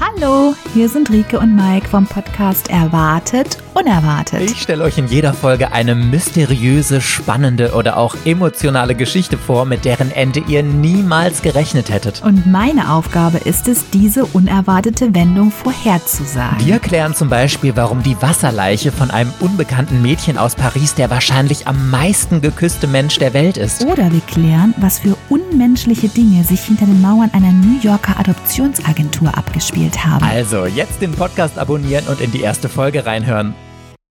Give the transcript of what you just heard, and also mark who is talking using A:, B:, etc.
A: Hallo, hier sind Rike und Mike vom Podcast Erwartet Unerwartet.
B: Ich stelle euch in jeder Folge eine mysteriöse, spannende oder auch emotionale Geschichte vor, mit deren Ende ihr niemals gerechnet hättet.
A: Und meine Aufgabe ist es, diese unerwartete Wendung vorherzusagen.
B: Wir klären zum Beispiel, warum die Wasserleiche von einem unbekannten Mädchen aus Paris der wahrscheinlich am meisten geküsste Mensch der Welt ist.
A: Oder wir klären, was für unmenschliche Dinge sich hinter den Mauern einer New Yorker Adoptionsagentur abgespielt haben.
B: Also, jetzt den Podcast abonnieren und in die erste Folge reinhören.